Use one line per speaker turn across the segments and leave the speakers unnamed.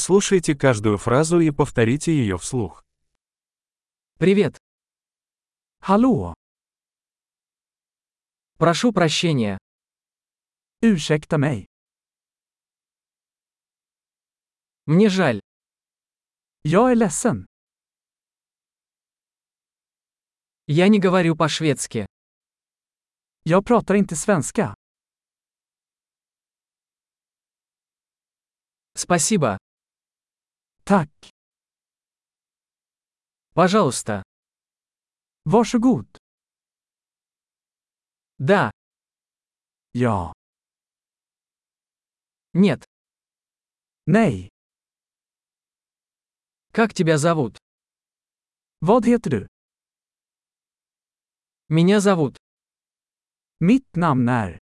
Прослушайте каждую фразу и повторите ее вслух.
Привет. Hallå. Прошу прощения.
Ursäkta mig.
Мне жаль.
Jag är ledsen.
Я не говорю по-шведски.
Jag pratar inte svenska.
Спасибо.
Tack.
Пожалуйста.
Varsågod.
Да.
Ja.
Нет.
Nej.
Как тебя зовут?
Vad heter du?
Меня зовут.
Mitt namn är.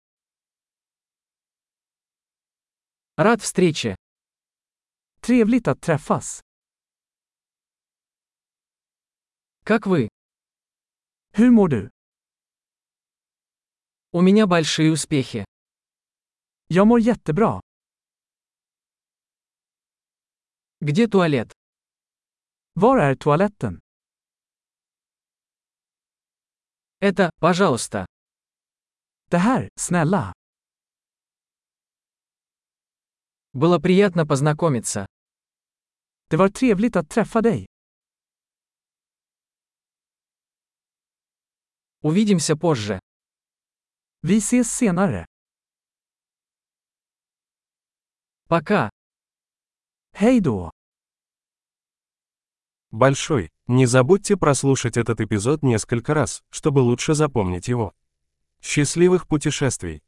Рад встрече.
Trevligt att träffas.
Как вы?
Hur mår du?
У меня большие успехи.
Jag mår jättebra.
Где туалет?
Var är toaletten?
Это, пожалуйста.
Det här, snälla.
Было приятно познакомиться.
Det var trevligt att träffa dig.
Увидимся позже.
Vi ses senare.
Пока.
Hej då!
Большой. Не забудьте прослушать этот эпизод несколько раз, чтобы лучше запомнить его. Счастливых путешествий!